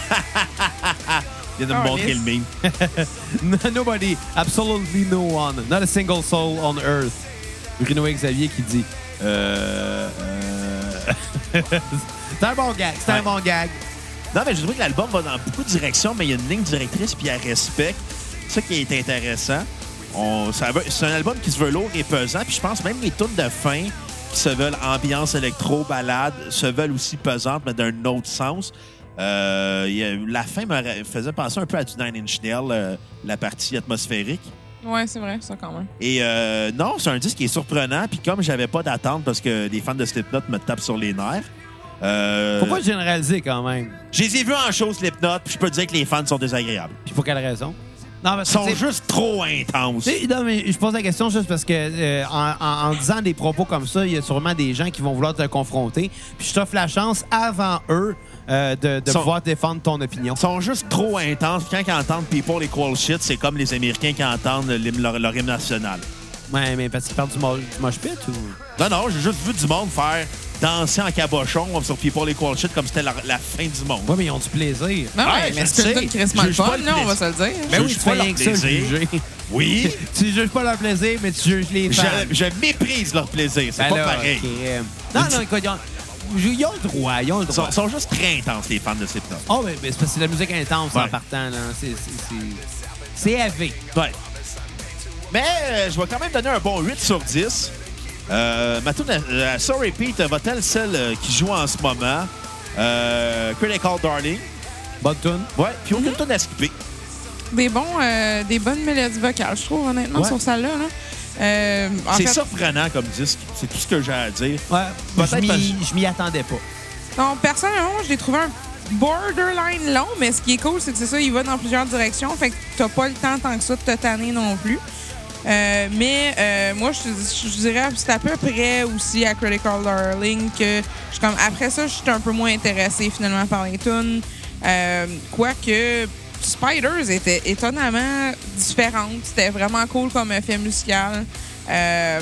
Speaker 1: il vient de
Speaker 3: Ah,
Speaker 1: me
Speaker 4: Oh,
Speaker 1: montrer
Speaker 4: yes.
Speaker 1: le meme.
Speaker 3: *laughs* Nobody, absolutely no one, not a single soul on earth. Bruno Xavier qui dit.
Speaker 1: Euh, euh,
Speaker 3: C'est un bon gag, c'est
Speaker 1: Ouais.
Speaker 3: un bon gag.
Speaker 1: Non, mais je trouve que l'album va dans beaucoup de directions, mais il y a une ligne directrice, puis elle respecte. C'est ça qui est intéressant. On- ça veut- C'est un album qui se veut lourd et pesant, puis je pense même les tunes de fin qui se veulent ambiance électro, balade, se veulent aussi pesantes, mais d'un autre sens. Euh, il y a- la fin me ra- faisait penser un peu à du Nine Inch Nails, euh, la partie atmosphérique.
Speaker 4: Ouais, c'est vrai, ça quand même.
Speaker 1: Et euh, non, c'est un disque qui est surprenant, puis comme j'avais pas d'attente parce que les fans de Slipknot me tapent sur les nerfs. euh,
Speaker 3: Pourquoi généraliser quand même?
Speaker 1: je les ai vus en show Slipknot, puis je peux te dire que les fans sont désagréables.
Speaker 3: Puis pour quelle raison? Non, mais
Speaker 1: Ils sont juste trop intenses.
Speaker 3: Non, mais je pose la question juste parce que euh, en, en- en disant des propos comme ça, il y a sûrement des gens qui vont vouloir te confronter. Puis je t'offre la chance avant eux euh, de, de
Speaker 1: Sont-
Speaker 3: pouvoir défendre ton opinion.
Speaker 1: Ils sont juste trop intenses. Puis quand ils entendent People Equal Shit, c'est comme les Américains qui entendent l'hymne- leur, leur hymne national.
Speaker 3: Ouais, mais parce qu'ils parlent du, mo- du mosh pit ou.
Speaker 1: Non, non, j'ai juste vu du monde faire danser en cabochon sur People Equal Shit comme c'était la, la fin du monde.
Speaker 3: Ouais, mais ils ont du plaisir.
Speaker 4: Non,
Speaker 1: Ouais,
Speaker 4: ouais, mais
Speaker 1: je
Speaker 4: c'est
Speaker 1: sais.
Speaker 4: une Christmas
Speaker 1: Juge pas
Speaker 4: fun,
Speaker 1: le
Speaker 4: là, on va se
Speaker 1: plaisir.
Speaker 4: le dire.
Speaker 1: Ben oui, tu fais rien que ça, juger. Oui,
Speaker 3: *laughs* tu juges pas leur plaisir, mais tu juges les
Speaker 1: je,
Speaker 3: fans.
Speaker 1: je méprise leur plaisir. C'est
Speaker 3: Ben
Speaker 1: pas
Speaker 3: là,
Speaker 1: pareil.
Speaker 3: ok, euh, Non, non, écoute, ils ont, ils ont le droit, ils ont le
Speaker 1: Ils
Speaker 3: droit.
Speaker 1: sont, sont juste très intenses, les fans de Slipknot.
Speaker 3: Oh, mais, mais c'est parce que c'est la musique intense en
Speaker 1: Ouais.
Speaker 3: partant. là. C'est- c'est- C'est c'est AV.
Speaker 1: Ouais. Mais euh, je vais quand même donner un bon 8 sur 10. Euh, ma tune, euh, Sorry Pete, va-t-elle celle euh, qui joue en ce moment? Euh, Critical Darling.
Speaker 3: Bonne tune.
Speaker 1: Ouais, puis aucune tune à skipper.
Speaker 4: Des, bons, euh, des bonnes mélodies vocales, je trouve, honnêtement,
Speaker 1: Ouais.
Speaker 4: sur celle-là. là. Euh, en
Speaker 1: C'est
Speaker 4: fait,
Speaker 1: surprenant comme disque. C'est tout ce que j'ai à dire.
Speaker 3: Ouais,
Speaker 1: Peut-être
Speaker 3: je m'y-
Speaker 1: parce-
Speaker 3: je m'y attendais pas.
Speaker 4: Non, personnellement, moi, je l'ai trouvé un borderline long, mais ce qui est cool, c'est que c'est ça, il va dans plusieurs directions. Fait que t'as pas le temps tant que ça de te tanner non plus. Euh, mais euh, moi, je, te- je dirais, c'est à peu près aussi à Critical Darling que je suis comme, après ça, je suis un peu moins intéressée finalement par les tunes. Euh, Quoique Spiders était étonnamment différente. C'était vraiment cool comme effet musical. Euh,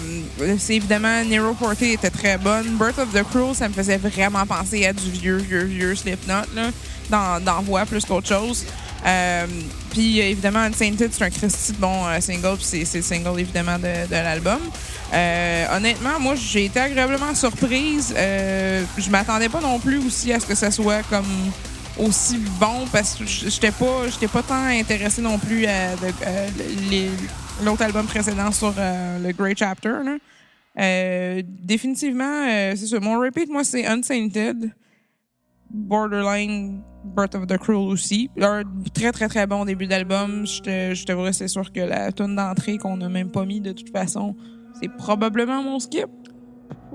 Speaker 4: c'est évidemment Nero Porte était très bonne. Birth of the Cruel, ça me faisait vraiment penser à du vieux, vieux, vieux Slipknot, là, dans, dans voix plus qu'autre chose. Euh, puis euh, évidemment, Unsainted, c'est un Christy de bon euh, single, puis c'est- c'est le single évidemment de, de l'album. Euh, honnêtement, moi j'ai été agréablement surprise. Euh, je m'attendais pas non plus aussi à ce que ça soit comme aussi bon parce que j- j'étais pas j'étais pas tant intéressée non plus à, de- à les- l'autre album précédent sur euh, le Great Chapter. là. Euh, définitivement, euh, c'est ça. Mon repeat, moi, c'est Unsainted, Borderline, Birth of the Cruel aussi. Un très, très, très bon début d'album. Je te- je t'avouerais, c'est sûr que la tune d'entrée qu'on n'a même pas mis de toute façon, c'est probablement mon skip.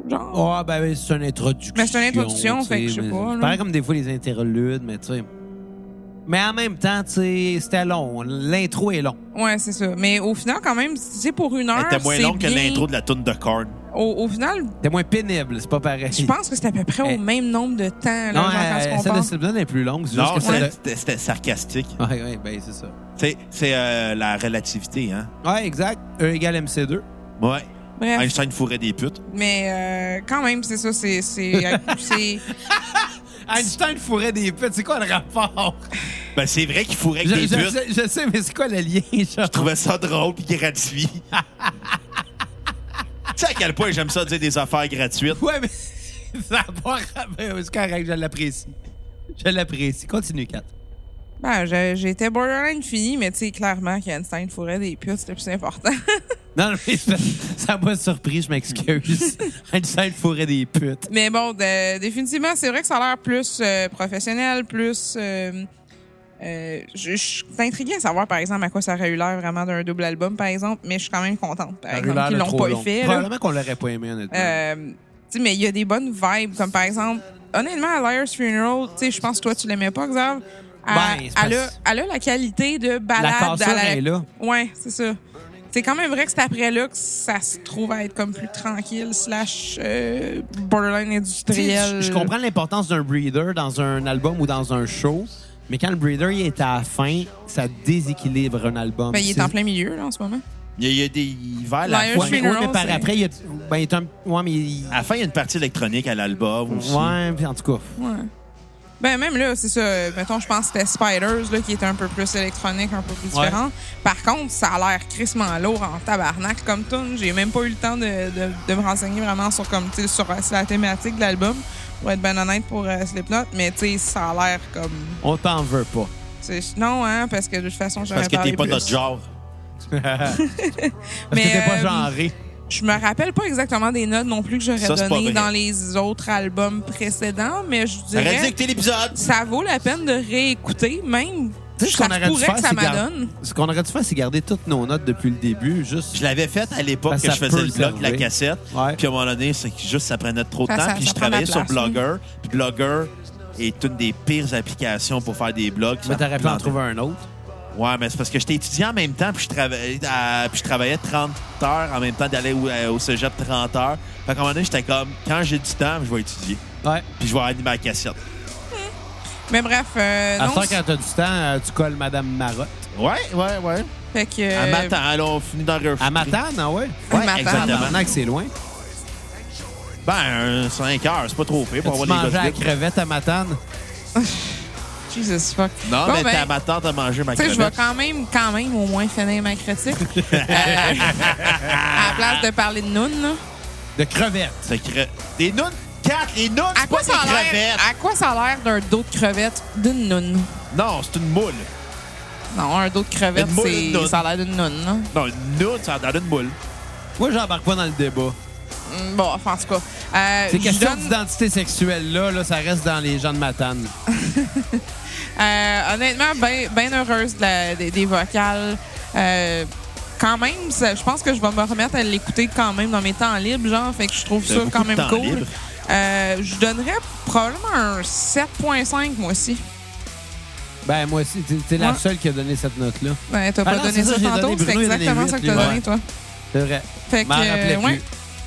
Speaker 4: Genre.
Speaker 3: Ah, ben oui, c'est une introduction.
Speaker 4: Mais c'est une introduction,
Speaker 3: tu
Speaker 4: fait que je sais
Speaker 3: mais
Speaker 4: pas,
Speaker 3: C'est
Speaker 4: là.
Speaker 3: pareil comme des fois les interludes, mais tu sais. Mais en même temps, tu sais, c'était long. L'intro est long.
Speaker 4: Ouais, c'est ça. Mais au final, quand même, c'est pour une heure.
Speaker 1: Oh. Elle était moins
Speaker 4: c'est
Speaker 1: longue que
Speaker 4: bien.
Speaker 1: l'intro de la toune de Korn.
Speaker 4: Au, au final,
Speaker 3: C'était moins pénible, c'est pas pareil.
Speaker 4: je pense que c'est à peu près
Speaker 3: Eh.
Speaker 4: au même nombre de temps. Là,
Speaker 3: Non,
Speaker 4: genre, quand
Speaker 3: euh,
Speaker 4: on
Speaker 3: celle de
Speaker 4: compare.
Speaker 3: Slipknot est plus longue. C'est juste
Speaker 1: Non,
Speaker 3: que celle
Speaker 1: c'était-
Speaker 3: de-
Speaker 1: c'était c'était sarcastique.
Speaker 3: Ouais, ouais, ben c'est ça.
Speaker 1: C'est c'est, euh, la relativité, hein?
Speaker 3: Ouais, exact. E égale MC2.
Speaker 1: Ouais.
Speaker 4: Bref.
Speaker 1: Einstein fourrait des putes.
Speaker 4: Mais euh, quand même, c'est ça, c'est. C'est. euh,
Speaker 3: *laughs*
Speaker 4: c'est-
Speaker 3: Einstein fourrait des putes. C'est quoi le rapport?
Speaker 1: Ben, c'est vrai qu'il fourrait
Speaker 3: Je,
Speaker 1: avec des
Speaker 3: je-
Speaker 1: putes.
Speaker 3: je- je sais, mais c'est quoi le lien? genre?
Speaker 1: Je trouvais ça drôle pis gratuit. *laughs* tu sais à quel point j'aime ça dire des affaires gratuites.
Speaker 3: Ouais, mais *laughs* ça a pas *laughs* rapport. C'est correct, je l'apprécie. Je l'apprécie. Continue, Kat.
Speaker 4: ben, j'ai- j'étais borderline fini, mais tu sais, clairement qu'Einstein fourrait des putes, c'était plus important. *laughs*
Speaker 3: Non, non, mais ça- ça m'a surpris, je m'excuse. Einstein fourrait des putes.
Speaker 4: mais bon, de- définitivement, c'est vrai que ça a l'air plus euh, professionnel, plus. euh, euh, je je suis intriguée à savoir, par exemple, à quoi ça aurait eu l'air vraiment d'un double album, par exemple, mais je suis quand même contente, par exemple, qu'ils l'ont pas fait. là.
Speaker 3: Probablement qu'on l'aurait pas aimé, honnêtement.
Speaker 4: Euh, tu sais, mais il y a des bonnes vibes, comme par exemple, honnêtement, à Liar's Funeral, tu sais, je pense que toi, tu l'aimais pas, Xav. Elle,
Speaker 3: Ben, c'est
Speaker 4: elle, a,
Speaker 3: parce-
Speaker 4: elle a la qualité de
Speaker 3: la
Speaker 4: balade.
Speaker 3: cassure
Speaker 4: elle a-
Speaker 3: est là.
Speaker 4: Ouais, c'est ça. C'est quand même vrai que c'est après-là que ça se trouve à être comme plus tranquille, slash euh, borderline
Speaker 3: Tu sais,
Speaker 4: industriel.
Speaker 3: Je je comprends l'importance d'un breeder dans un album ou dans un show, mais quand le breeder il est à la fin, ça déséquilibre un album.
Speaker 4: Ben, il est
Speaker 3: C'est-
Speaker 4: en plein milieu, là, en ce moment.
Speaker 1: Il y a, il y a des hivers.
Speaker 4: Liar
Speaker 1: La
Speaker 3: Ouais,
Speaker 1: fois,
Speaker 4: Funeral,
Speaker 3: mais, ouais, mais par
Speaker 4: c'est- Ah,
Speaker 3: après, il y a. Ben, il est un. Ouais, mais. il-
Speaker 1: à la fin, il y a une partie électronique à l'album aussi.
Speaker 3: Ouais, puis en tout cas.
Speaker 4: Ouais. Ben, même là, c'est ça. euh, Mettons, je pense que c'était Spiders, là, qui était un peu plus électronique, un peu plus
Speaker 3: Ouais.
Speaker 4: différent. Par contre, ça a l'air crissement lourd en tabarnak comme tune. J'ai même pas eu le temps de, de, de me renseigner vraiment sur, comme, tu sais, sur, euh, sur la thématique de l'album, pour être ben honnête pour euh, Slipknot. Mais, tu sais, ça a l'air comme...
Speaker 3: On t'en veut pas.
Speaker 4: c'est- Non, hein, parce que de toute façon, j'aurais
Speaker 1: Parce que
Speaker 4: parlé
Speaker 3: bah
Speaker 1: t'es pas
Speaker 4: plus.
Speaker 1: notre genre.
Speaker 3: Parce que
Speaker 4: Mais,
Speaker 3: t'es pas
Speaker 4: euh,
Speaker 3: genré.
Speaker 4: Je me rappelle pas exactement des notes non plus que j'aurais
Speaker 1: Ça, c'est pas
Speaker 4: données
Speaker 1: vrai.
Speaker 4: dans les autres albums précédents, mais je
Speaker 1: Arrête
Speaker 4: dirais...
Speaker 1: d'écouter l'épisode!
Speaker 4: Ça vaut la peine de réécouter, même.
Speaker 3: Tu sais, ce
Speaker 4: ça
Speaker 3: qu'on
Speaker 4: se
Speaker 3: aurait dû
Speaker 4: pourrait
Speaker 3: faire,
Speaker 4: que ça
Speaker 3: c'est gar-
Speaker 4: m'adonne.
Speaker 3: Ce qu'on aurait dû faire, c'est garder toutes nos notes depuis le début, juste.
Speaker 1: Je l'avais faite à l'époque
Speaker 3: Parce
Speaker 1: que
Speaker 3: que
Speaker 1: je
Speaker 3: Ben, ça
Speaker 1: faisais
Speaker 3: peut
Speaker 1: le blog, la
Speaker 3: servir.
Speaker 1: cassette.
Speaker 3: Ouais.
Speaker 1: Puis à un moment donné, c'est que juste ça prenait trop de
Speaker 4: Ça,
Speaker 1: temps.
Speaker 4: ça-
Speaker 1: Puis
Speaker 4: ça
Speaker 1: je
Speaker 4: prend de la
Speaker 1: travaillais sur
Speaker 4: place, hein. oui.
Speaker 1: Blogger. Puis Blogger est une des pires applications pour faire des blogs. Ça
Speaker 3: Mais t'aurais pu en
Speaker 1: plantait.
Speaker 3: trouver un autre.
Speaker 1: Ouais, mais c'est parce que j'étais étudiant en même temps, puis je, travaillais à- puis je travaillais 30 heures en même temps d'aller au, euh, au cégep 30 heures. Fait qu'à un moment donné, j'étais comme, quand j'ai du temps, je vais étudier.
Speaker 3: Ouais.
Speaker 1: Puis je vais animer la cassette.
Speaker 4: Mais bref, euh,
Speaker 3: À
Speaker 4: non.
Speaker 3: ce temps, quand t'as du temps, euh, tu colles Madame Marotte.
Speaker 1: Ouais, ouais, ouais.
Speaker 4: Fait que.
Speaker 1: À
Speaker 4: euh,
Speaker 1: Matane, alors on finit dans le
Speaker 3: À Matane, ah ouais?
Speaker 4: à
Speaker 1: ouais,
Speaker 4: Matane.
Speaker 1: exactement.
Speaker 3: Maintenant que c'est loin.
Speaker 1: Ben, un 5 heures, c'est pas trop pire pour
Speaker 3: Pour tu
Speaker 1: avoir les
Speaker 3: mangeais
Speaker 1: gars de
Speaker 3: à la
Speaker 1: vite.
Speaker 3: crevette à Matane.
Speaker 4: Jesus fuck.
Speaker 1: Non,
Speaker 4: Bon,
Speaker 1: mais
Speaker 4: ben,
Speaker 1: t'es à ma tante à manger ma
Speaker 4: Tu sais, je vais
Speaker 1: crevette.
Speaker 4: quand même, quand même, au moins finir ma critique. *laughs* Euh, à la place de parler de Noon, là.
Speaker 3: De crevette.
Speaker 1: C'est cre- Des nounes, 4, les nounes,
Speaker 4: À
Speaker 1: c'est pas
Speaker 4: quoi,
Speaker 1: des
Speaker 4: ça a l'air,
Speaker 1: crevettes.
Speaker 4: à quoi ça a l'air d'un dos de crevette d'une Noon?
Speaker 1: Non, c'est une moule.
Speaker 4: Non, un dos de crevette,
Speaker 1: Une moule, une
Speaker 4: c'est,
Speaker 1: noun.
Speaker 4: ça a l'air d'une Noon, là.
Speaker 1: Non, une noune, ça a l'air d'une moule.
Speaker 3: Moi, j'embarque pas dans le débat.
Speaker 4: Hum, Bon, enfin, en tout cas. Euh,
Speaker 3: Ces
Speaker 4: je
Speaker 3: questions
Speaker 4: donne-
Speaker 3: d'identité sexuelle, là, là, ça reste dans les gens de Matane.
Speaker 4: Euh, honnêtement, bien heureuse de la- des, des vocales. Euh, quand même, ça- je pense que je vais me remettre à l'écouter quand même dans mes temps libres, genre. Fait que je trouve
Speaker 1: T'as
Speaker 4: ça
Speaker 1: beaucoup
Speaker 4: quand
Speaker 1: de
Speaker 4: même
Speaker 1: temps
Speaker 4: cool.
Speaker 1: libre.
Speaker 4: Euh, je donnerais probablement un 7.5, moi aussi.
Speaker 3: Ben, moi aussi, t'es t'es la
Speaker 4: Ouais.
Speaker 3: seule qui a donné cette note-là.
Speaker 4: Ouais, Ben, t'as
Speaker 3: Ah
Speaker 4: pas
Speaker 3: non,
Speaker 4: donné
Speaker 3: c'est
Speaker 4: ça,
Speaker 3: ça, j'ai donné
Speaker 4: tantôt, c'est
Speaker 3: Bruno, il a donné
Speaker 4: exactement
Speaker 3: huit,
Speaker 4: ça que
Speaker 3: lui.
Speaker 4: t'as donné,
Speaker 3: Ouais.
Speaker 4: toi.
Speaker 3: C'est vrai.
Speaker 4: Fait
Speaker 3: Je m'en
Speaker 4: euh,
Speaker 3: rappelais
Speaker 4: ouais.
Speaker 3: plus.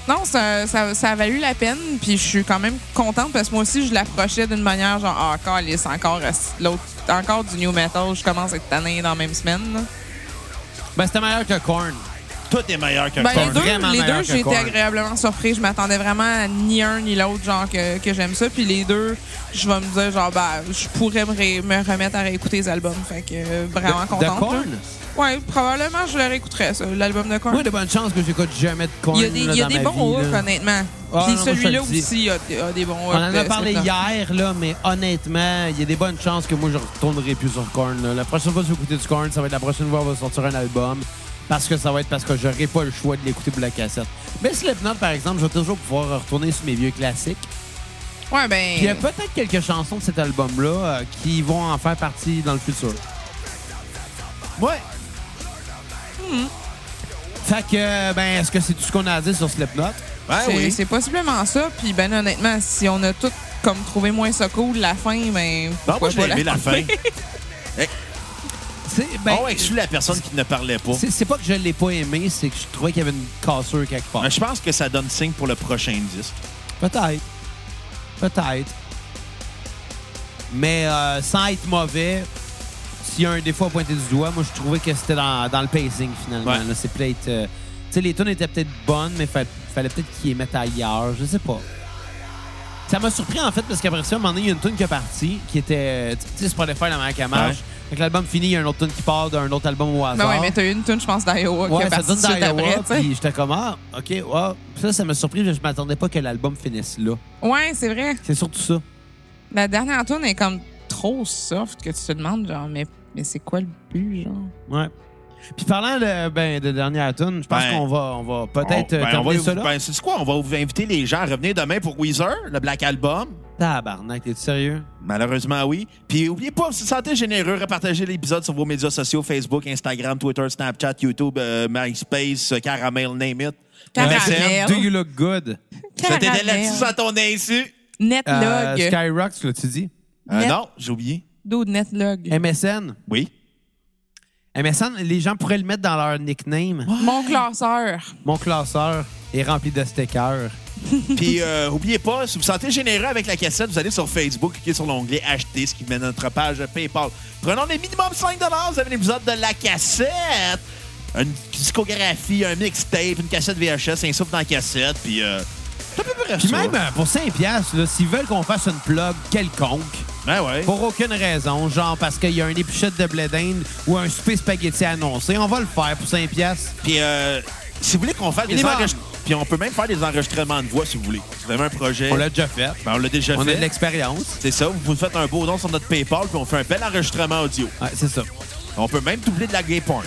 Speaker 4: Non, ça, ça, ça a valu la peine, puis je suis quand même contente parce que moi aussi, je l'approchais d'une manière genre, ah, calice, encore, esti- l'autre, encore du new metal, je commence cette année dans la même semaine. là.
Speaker 3: Ben, c'était meilleur que Korn.
Speaker 1: Tout est meilleur qu'un
Speaker 4: Ben,
Speaker 1: corn.
Speaker 4: les deux,
Speaker 3: vraiment
Speaker 4: les
Speaker 3: meilleur
Speaker 4: deux
Speaker 3: que
Speaker 4: j'ai été
Speaker 3: Korn.
Speaker 4: agréablement surpris. Je m'attendais vraiment à ni un ni l'autre, genre que, que j'aime ça. Puis les deux, je vais me dire, genre, ben, je pourrais me, ré- me remettre à réécouter les albums. Fait que euh, vraiment
Speaker 3: de
Speaker 4: contente. hein? là.
Speaker 3: Korn?
Speaker 4: Ouais, probablement, je le réécouterais, ça, l'album de Korn.
Speaker 3: Moi, de bonnes chances que j'écoute jamais de Korn.
Speaker 4: Il y a des,
Speaker 3: là,
Speaker 4: il y a
Speaker 3: dans
Speaker 4: des
Speaker 3: ma
Speaker 4: bons
Speaker 3: vie,
Speaker 4: hooks,
Speaker 3: là.
Speaker 4: honnêtement.
Speaker 3: Ah,
Speaker 4: Puis
Speaker 3: non, moi, je te le
Speaker 4: celui-là
Speaker 3: dis.
Speaker 4: aussi a, a des bons
Speaker 3: On
Speaker 4: hooks.
Speaker 3: en a
Speaker 4: de
Speaker 3: parlé
Speaker 4: Slipknot.
Speaker 3: hier, là, mais honnêtement, il y a des bonnes chances que moi, je retournerai plus sur Korn. là. La prochaine fois que je vais écouter du Korn, ça va être la prochaine fois qu'on va sortir un album. Parce que ça va être parce que j'aurai pas le choix de l'écouter pour la cassette. Mais Slipknot, par exemple, je vais toujours pouvoir retourner sur mes vieux classiques.
Speaker 4: Ouais,
Speaker 3: Puis il y a
Speaker 4: ben.
Speaker 3: peut-être quelques chansons de cet album-là euh, qui vont en faire partie dans le futur.
Speaker 1: Ouais.
Speaker 3: Fait que, euh, ben, est-ce que c'est tout ce qu'on a à dire sur Slipknot?
Speaker 1: Ben
Speaker 4: c'est-
Speaker 1: oui.
Speaker 4: C'est possiblement ça. Puis, ben, honnêtement, si on a tout comme trouvé moins ça cool, la fin,
Speaker 1: Non, Ah,
Speaker 4: ben.
Speaker 1: moi,
Speaker 4: pourquoi
Speaker 1: je l'ai
Speaker 4: pas
Speaker 1: aimé la fin.
Speaker 3: C'est ben,
Speaker 1: on exclut Ah la personne qui ne parlait pas.
Speaker 3: c'est- c'est pas que je l'ai pas aimé, c'est que je trouvais qu'il y avait une cassure quelque part.
Speaker 1: Mais Ben, je pense que ça donne signe pour le prochain disque.
Speaker 3: Peut-être. Peut-être. Mais euh, sans être mauvais, s'il y a un défaut à pointer du doigt, moi, je trouvais que c'était dans, dans le pacing, finalement.
Speaker 1: Ouais.
Speaker 3: là. C'est peut-être... euh, tu sais, les tunes étaient peut-être bonnes, mais fa- fallait peut-être qu'ils les mettent ailleurs. Je sais pas. Ça m'a surpris, en fait, parce qu'après ça, à un moment donné, il y a une tune qui est partie, qui était... euh, Tu sais, Spotify, la manière qu'elle marche.
Speaker 1: Ouais.
Speaker 3: Fait que l'album fini, il y a une autre tune qui part d'un autre album au
Speaker 4: Ben
Speaker 3: hasard.
Speaker 4: ouais, mais t'as eu une tune, je pense, d'Iowa qui
Speaker 3: Ouais,
Speaker 4: est
Speaker 3: ça
Speaker 4: partie tout
Speaker 3: donne
Speaker 4: de suite après,
Speaker 3: d'Iowa,
Speaker 4: tu sais.
Speaker 3: puis j'étais comme, ah, OK, ouais. Ça, ça m'a surpris, je je m'attendais pas que l'album finisse là.
Speaker 4: Ouais, c'est vrai.
Speaker 3: C'est surtout ça.
Speaker 4: La dernière tune est comme trop soft que tu te demandes, genre, mais, mais c'est quoi le but, genre?
Speaker 3: Ouais. Puis parlant de, ben, de dernière tune, je pense
Speaker 1: Ben,
Speaker 3: qu'on va, on va peut-être
Speaker 1: On-
Speaker 3: euh,
Speaker 1: ben, on
Speaker 3: terminer
Speaker 1: va-
Speaker 3: ça là.
Speaker 1: ben, c'est quoi? On va vous inviter les gens à revenir demain pour Weezer, le Black Album.
Speaker 3: Tabarnak, t'es sérieux?
Speaker 1: Malheureusement, oui. Puis, oubliez pas, si vous sentez généreux, repartagez l'épisode sur vos médias sociaux Facebook, Instagram, Twitter, Snapchat, YouTube, euh, MySpace, euh, Caramel, name it.
Speaker 4: Caramel.
Speaker 3: Do you look good?
Speaker 1: C'était
Speaker 4: Caramel.
Speaker 1: là-dessus à ton insu.
Speaker 3: Euh,
Speaker 4: Netlog.
Speaker 3: Skyrock, ce que tu dis.
Speaker 1: Euh,
Speaker 4: Net-
Speaker 1: non, j'ai oublié.
Speaker 4: Dude,
Speaker 3: Eh
Speaker 4: Netlog.
Speaker 3: ben- MSN.
Speaker 1: Oui.
Speaker 3: MSN, les gens pourraient le mettre dans leur nickname.
Speaker 4: Mon classeur.
Speaker 3: Mon classeur est rempli de stickers.
Speaker 1: Puis, euh, oubliez pas, si vous sentez généreux avec la cassette, vous allez sur Facebook, cliquez sur l'onglet Acheter, ce qui mène à notre page PayPal. Prenons les minimum 5 vous avez l'épisode de la cassette, une discographie, un mixtape, une cassette VHS, un souffle dans la cassette, puis. Euh, c'est à peu près
Speaker 3: Puis
Speaker 1: ça.
Speaker 3: même euh, pour 5 piastres, là, s'ils veulent qu'on fasse une plug quelconque,
Speaker 1: Ben ouais.
Speaker 3: pour aucune raison, genre parce qu'il y a un épichette de blé d'Inde ou un souper spaghetti annoncé, on va le faire pour 5 piastres.
Speaker 1: Puis, euh, si vous voulez qu'on fasse des
Speaker 3: Minimum.
Speaker 1: enregistrements. Puis, on peut même faire des enregistrements de voix si vous voulez. Si vous avez un projet.
Speaker 3: On l'a déjà fait.
Speaker 1: ben, on l'a déjà
Speaker 3: On a de
Speaker 1: fait.
Speaker 3: l'expérience.
Speaker 1: C'est ça, vous faites un beau don sur notre PayPal, puis on fait un bel enregistrement audio.
Speaker 3: Ouais, c'est ça.
Speaker 1: On peut même doubler de la gay porn.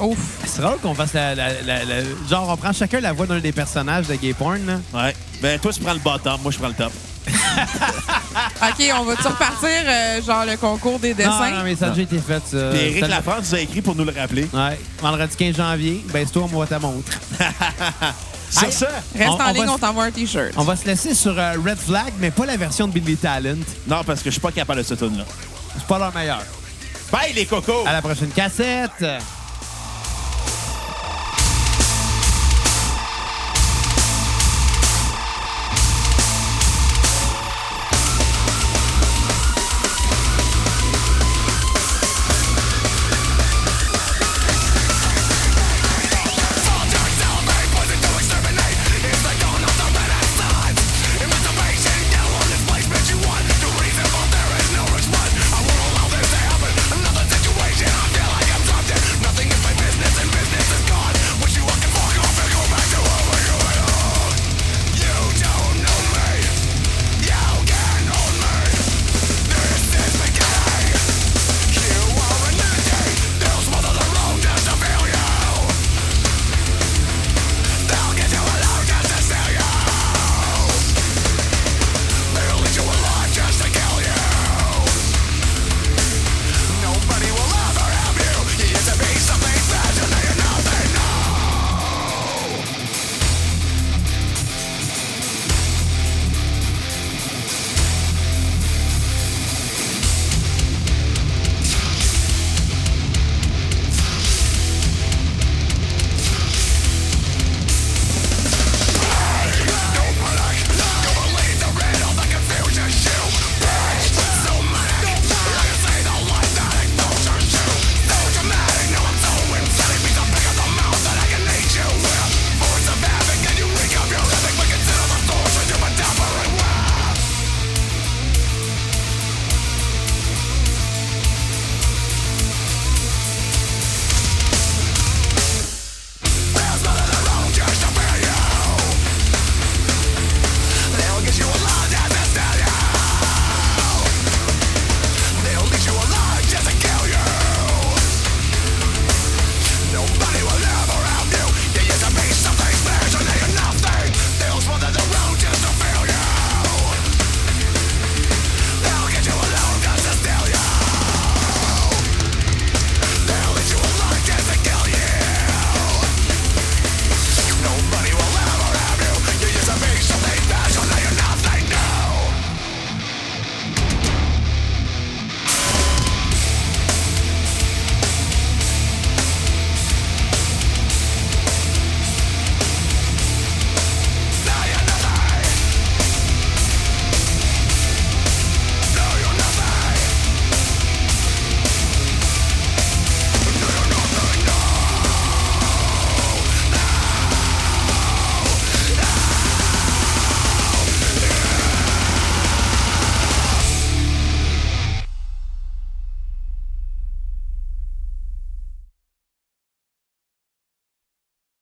Speaker 4: Ouf.
Speaker 3: C'est drôle qu'on fasse la, la- la- la- Genre, on prend chacun la voix d'un des personnages de Gay Porn, là.
Speaker 1: Ouais. Ben, toi, tu prends le bottom, moi, je prends le top.
Speaker 4: OK, on va-tu repartir, euh, genre, le concours des dessins?
Speaker 3: Non, non, mais ça a déjà été fait, ça.
Speaker 1: Puis Éric
Speaker 3: Ça-
Speaker 1: Lafrance nous a écrit pour nous le rappeler.
Speaker 3: Ouais, vendredi 15 janvier, ben, c'est toi, on voit ta montre.
Speaker 1: Sur
Speaker 3: Hey.
Speaker 1: ça,
Speaker 4: Reste
Speaker 3: On-
Speaker 4: en
Speaker 3: on
Speaker 4: ligne,
Speaker 3: va-
Speaker 4: on t'envoie un T-shirt.
Speaker 3: On va se laisser sur euh, Red Flag, mais pas la version de Billy Talent.
Speaker 1: non, parce que je suis pas capable de ce tune là
Speaker 3: C'est pas leur meilleur.
Speaker 1: Bye, les cocos!
Speaker 3: À la prochaine cassette!